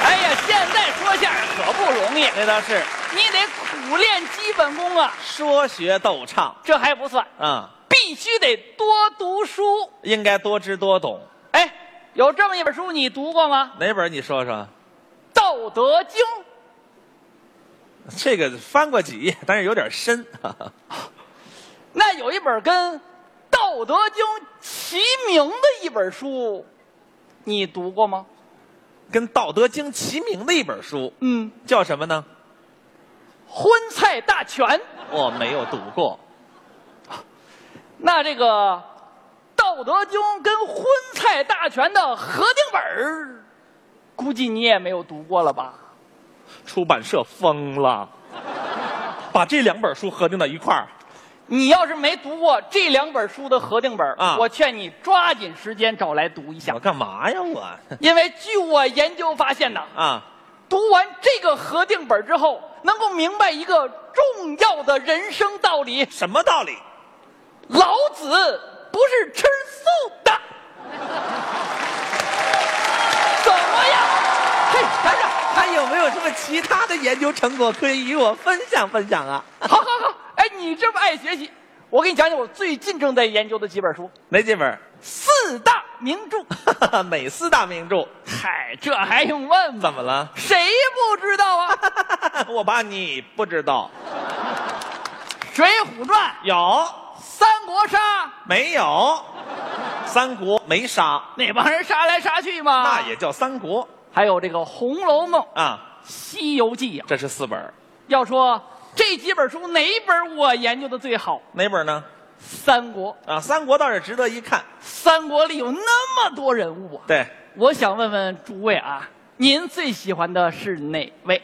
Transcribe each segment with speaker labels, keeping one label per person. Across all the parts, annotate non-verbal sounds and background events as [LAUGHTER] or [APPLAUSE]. Speaker 1: 哎
Speaker 2: 那倒是
Speaker 1: 你得苦练基本功啊，
Speaker 2: 说学逗唱，
Speaker 1: 这还不算，
Speaker 2: 嗯，
Speaker 1: 必须得多读书。
Speaker 2: 应该多知多懂。
Speaker 1: 哎，有这么一本书你读过吗？
Speaker 2: 哪本？你说说。
Speaker 1: 《道德经》。
Speaker 2: 这个翻过几页，但是有点深。 [LAUGHS]
Speaker 1: 那有一本跟《道德经》齐名的一本书，你读过吗？
Speaker 2: 跟《道德经》齐名的一本书，
Speaker 1: 嗯，
Speaker 2: 叫什么呢？
Speaker 1: 《荤菜大全》。
Speaker 2: 我没有读过。
Speaker 1: 那这个《道德经》跟《荤菜大全》的合订本儿，估计你也没有读过了吧？
Speaker 2: 出版社疯了，把这两本书合并到一块儿。
Speaker 1: 你要是没读过这两本书的合订本儿
Speaker 2: 啊
Speaker 1: 我劝你抓紧时间找来读一下
Speaker 2: 我，干嘛呀我？ [LAUGHS]
Speaker 1: 因为据我研究发现呢，
Speaker 2: 啊，
Speaker 1: 读完这个合订本之后，能够明白一个重要的人生道理：
Speaker 2: 什么道理？
Speaker 1: 老子不是吃素的。怎么样？嘿，咱长，
Speaker 2: 还有没有什么其他的研究成果可以与我分享分享啊？ [LAUGHS]
Speaker 1: 好好好，哎，你这么爱学习，我给你讲讲我最近正在研究的几本书，
Speaker 2: 哪几本？
Speaker 1: 四大名著。
Speaker 2: [LAUGHS] 美四大名著。
Speaker 1: 嗨，这还用问吗？
Speaker 2: 怎么了？
Speaker 1: 谁不知道
Speaker 2: [LAUGHS]
Speaker 1: 啊？《
Speaker 2: 我怕你不知道。
Speaker 1: 水浒传》《
Speaker 2: 有
Speaker 1: 三国杀》，
Speaker 2: 没有？三国没杀，
Speaker 1: 那帮人杀来杀去嘛。
Speaker 2: 那也叫三国
Speaker 1: 还有这个《红楼梦》《
Speaker 2: 啊。
Speaker 1: 西游记》啊。
Speaker 2: 这是四本，
Speaker 1: 要说这几本书哪一本我研究的最好？
Speaker 2: 哪本呢？
Speaker 1: 三国，
Speaker 2: 啊，三国倒是值得一看。
Speaker 1: 三国里有那么多人物啊。
Speaker 2: 对，
Speaker 1: 我想问问诸位啊，您最喜欢的是哪位？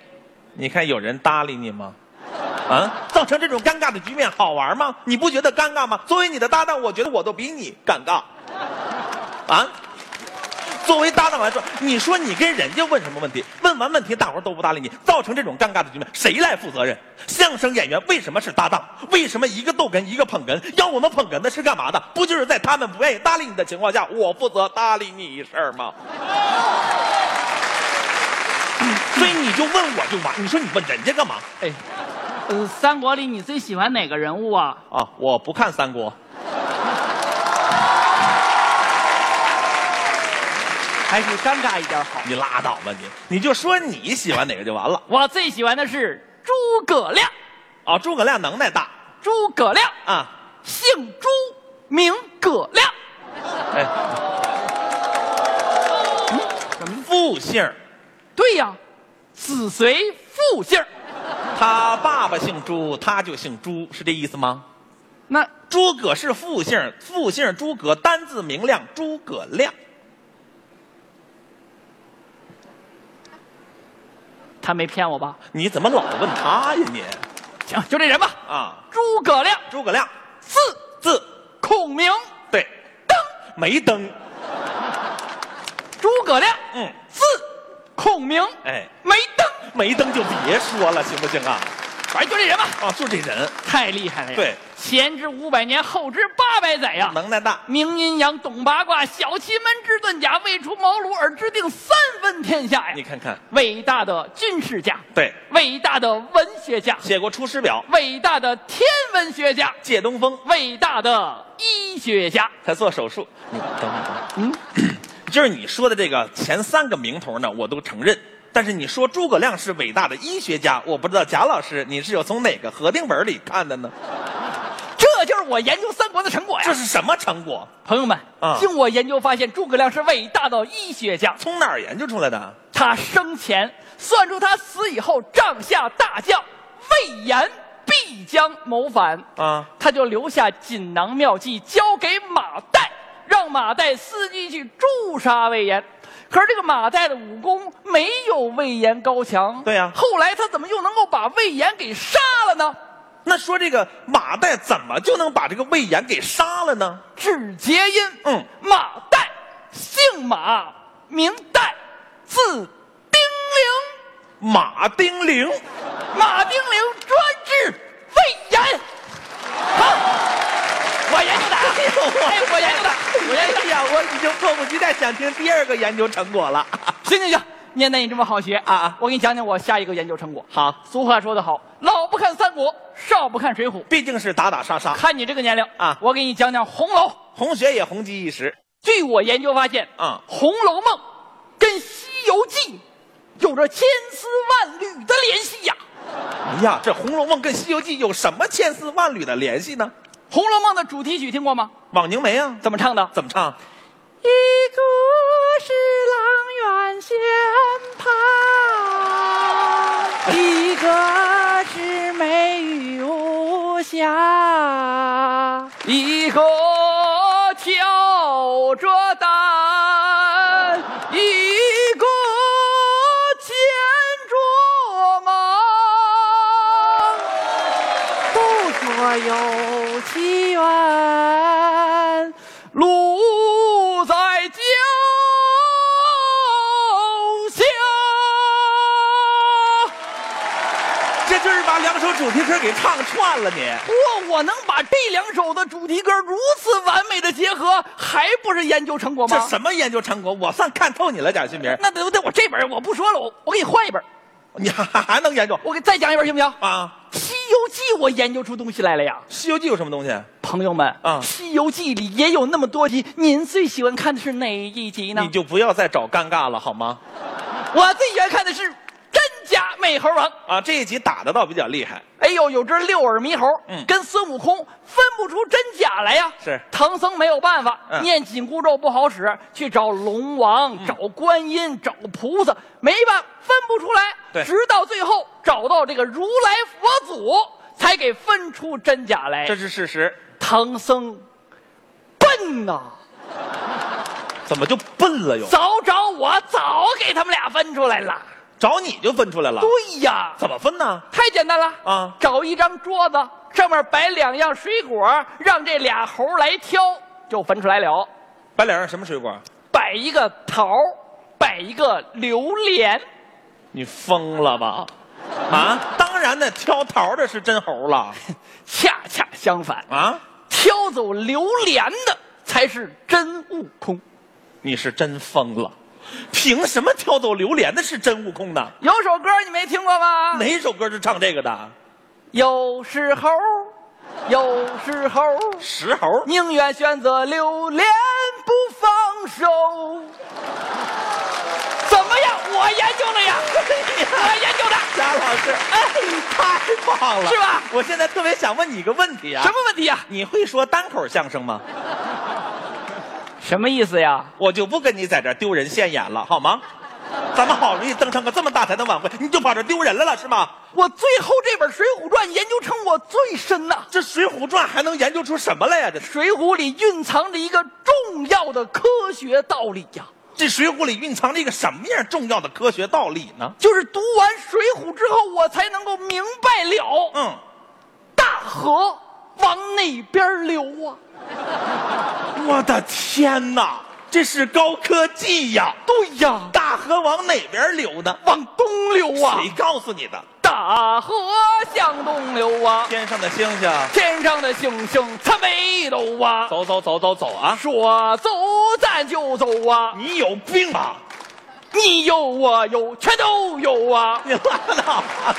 Speaker 2: 你看有人搭理你吗？啊，造成这种尴尬的局面好玩吗？你不觉得尴尬吗？作为你的搭档，我觉得我都比你尴尬。啊，作为搭档来说，你说你跟人家问什么问题？问完问题，大伙儿都不搭理你，造成这种尴尬的局面，谁来负责任？相声演员为什么是搭档？为什么一个逗哏一个捧哏？要我们捧哏的是干嘛的？不就是在他们不愿意搭理你的情况下，我负责搭理你一事儿吗？所以你就问我就完，你说你问人家干嘛？
Speaker 1: 哎，呃，三国里你最喜欢哪个人物啊？
Speaker 2: 啊，我不看三国。
Speaker 1: [LAUGHS] 还是尴尬一点好。
Speaker 2: 你拉倒吧你，你就说你喜欢哪个就完了。
Speaker 1: 我最喜欢的是诸葛亮，
Speaker 2: 啊，诸葛亮能耐大
Speaker 1: 诸葛亮，
Speaker 2: 啊，
Speaker 1: 姓朱名葛亮，
Speaker 2: 哎，复姓儿，
Speaker 1: 对呀，子随父姓儿。
Speaker 2: 他爸爸姓朱，他就姓朱，是这意思吗？
Speaker 1: 那
Speaker 2: 诸葛是复姓，复姓诸葛，单字明亮，诸葛亮。
Speaker 1: 他没骗我吧？
Speaker 2: 你怎么老问他呀你？
Speaker 1: 行，就这人吧。
Speaker 2: 啊，
Speaker 1: 诸葛亮，
Speaker 2: 诸葛亮，
Speaker 1: 字
Speaker 2: 字
Speaker 1: 孔明，
Speaker 2: 对，
Speaker 1: 登。
Speaker 2: 没登，
Speaker 1: 诸葛亮，
Speaker 2: 嗯，
Speaker 1: 字孔明，
Speaker 2: 哎，
Speaker 1: 没登。
Speaker 2: 没登就别说了，行不行啊？
Speaker 1: 反正哎就这人吧，
Speaker 2: 啊，就这人
Speaker 1: 太厉害了呀！
Speaker 2: 对，
Speaker 1: 前知五百年，后知八百载呀。
Speaker 2: 能耐大，
Speaker 1: 明阴阳，懂八卦，小奇门之遁甲，未出茅庐而知定三分天下呀！
Speaker 2: 你看看，
Speaker 1: 伟大的军事家，
Speaker 2: 对，
Speaker 1: 伟大的文学家，
Speaker 2: 写过《出师表》，
Speaker 1: 伟大的天文学家，
Speaker 2: 借东风。
Speaker 1: 伟大的医学家。
Speaker 2: 才做手术。你等会儿，啊
Speaker 1: 嗯，
Speaker 2: [CLEARS THROAT] 就是你说的这个前三个名头呢，我都承认。但是你说诸葛亮是伟大的医学家，我不知道贾老师你是有从哪个核定本里看的呢？
Speaker 1: 这就是我研究三国的成果呀！
Speaker 2: 这是什么成果？
Speaker 1: 朋友们，
Speaker 2: 啊
Speaker 1: 经我研究发现，诸葛亮是伟大的医学家。
Speaker 2: 从哪儿研究出来的？
Speaker 1: 他生前算出他死以后帐下大将魏延必将谋反，
Speaker 2: 啊，
Speaker 1: 他就留下锦囊妙计交给马岱，让马岱伺机去诛杀魏延。可是这个马岱的武功没有魏延高强，
Speaker 2: 对呀啊
Speaker 1: 后来他怎么又能够把魏延给杀了呢？
Speaker 2: 那说这个马岱怎么就能把这个魏延给杀了呢？
Speaker 1: 至节因，
Speaker 2: 嗯，
Speaker 1: 马岱，姓马，名岱，字丁玲。
Speaker 2: 马丁玲，
Speaker 1: 马丁陵专治胃炎。好，我研究的啊，哎，我研究的，我研究的。
Speaker 2: 呀，我已经迫不及待想听第二个研究成果了。 [LAUGHS]
Speaker 1: 行行行，念念你这么好学
Speaker 2: 啊啊
Speaker 1: 我给你讲讲我下一个研究成果。
Speaker 2: 好，
Speaker 1: 俗话说得好，老不看三国，少不看水浒。
Speaker 2: 毕竟是打打杀杀，
Speaker 1: 看你这个年龄
Speaker 2: 啊
Speaker 1: 我给你讲讲《红楼》。
Speaker 2: 红学也红极一时。
Speaker 1: 据我研究发现，
Speaker 2: 啊
Speaker 1: 《红楼梦》跟《西游记》有着千丝万缕的联系呀、
Speaker 2: 哎呀，这《红楼梦》跟《西游记》有什么千丝万缕的联系呢？
Speaker 1: 《红楼梦》的主题曲听过吗？
Speaker 2: 枉凝眉啊，
Speaker 1: 怎么唱的？
Speaker 2: 怎么唱？
Speaker 1: 一个是阆苑仙葩，一个是美玉无瑕，一个挑着担，一个牵着马。不左右其远，路在脚下。
Speaker 2: 这就是把两首主题歌给唱串了你。
Speaker 1: 哇，我能把这两首的主题歌如此完美的结合，还不是研究成果
Speaker 2: 这
Speaker 1: 吗？
Speaker 2: 什么研究成果？我算看透你了，贾新明。 [LAUGHS]
Speaker 1: 那得得我这本我不说了，我我给你换一本，
Speaker 2: 你还还能研究
Speaker 1: 我给再讲一本行不行？
Speaker 2: 啊？
Speaker 1: 《西游记》我研究出东西来了呀！
Speaker 2: 《西游记》有什么东西？
Speaker 1: 朋友们，
Speaker 2: 啊
Speaker 1: 西游记》里也有那么多集，您最喜欢看的是哪一集呢？
Speaker 2: 你就不要再找尴尬了好吗？
Speaker 1: 我最喜欢看的是真假美猴王。
Speaker 2: 啊，这一集打的倒比较厉害。
Speaker 1: 哎呦，有只六耳猕猴，
Speaker 2: 嗯
Speaker 1: 跟孙悟空分不出真假来呀、
Speaker 2: 是
Speaker 1: 唐僧没有办法，
Speaker 2: 嗯
Speaker 1: 念紧箍咒不好使，去找龙王、找观音、找菩萨，没办法分不出来。
Speaker 2: 对
Speaker 1: 直到最后找到这个如来佛祖，才给分出真假来。
Speaker 2: 这是事实。
Speaker 1: 唐僧笨呐、
Speaker 2: 怎么就笨了又？
Speaker 1: 早找我早给他们俩分出来了。
Speaker 2: 找你就分出来了？
Speaker 1: 对呀，
Speaker 2: 怎么分呢？
Speaker 1: 太简单了
Speaker 2: 啊
Speaker 1: 找一张桌子，上面摆两样水果，让这俩猴来挑，就分出来了。
Speaker 2: 摆脸上什么水果？
Speaker 1: 摆一个桃儿，摆一个榴莲。
Speaker 2: 你疯了吧？啊，当然呢，挑桃的是真猴 [LAUGHS] 了
Speaker 1: 恰恰相反，
Speaker 2: 啊！
Speaker 1: 挑走榴莲的才是真悟空。
Speaker 2: 你是真疯了，凭什么挑走榴莲的是真悟空呢？
Speaker 1: 有首歌你没听过吗？
Speaker 2: 哪首歌是唱这个的？
Speaker 1: 有时候，有时候，
Speaker 2: 石猴？
Speaker 1: 宁愿选择榴莲不放手。怎么样？我研究了呀，我研究的。
Speaker 2: [LAUGHS] 贾老师，哎，太棒了，
Speaker 1: 是吧
Speaker 2: 我现在特别想问你一个问题啊，
Speaker 1: 什么？问题呀、
Speaker 2: 你会说单口相声吗？
Speaker 1: 什么意思呀？
Speaker 2: 我就不跟你在这儿丢人现眼了，好吗？ [LAUGHS] 咱们好容易登上个这么大台的晚会，你就跑这儿丢人来了是吗？
Speaker 1: 我最后这本《水浒传》研究成我最深呐、
Speaker 2: 这《水浒传》还能研究出什么来呀、这
Speaker 1: 水浒》里蕴藏着一个重要的科学道理呀、
Speaker 2: 这《水浒》里蕴藏着一个什么样重要的科学道理呢？
Speaker 1: 就是读完《水浒》之后，我才能够明白了
Speaker 2: 嗯，
Speaker 1: 大河往哪边流啊。
Speaker 2: 我的天哪，这是高科技呀！
Speaker 1: 对呀，
Speaker 2: 大河往哪边流呢？
Speaker 1: 往东流啊
Speaker 2: 谁，告诉你的？
Speaker 1: 大河向东流啊，
Speaker 2: 天上的星星，
Speaker 1: 天上的星星它没走啊，
Speaker 2: 走走走走走啊！
Speaker 1: 说走咱就走啊。
Speaker 2: 你有病吧？
Speaker 1: 你有我有，全都有啊！
Speaker 2: 你拉倒吧！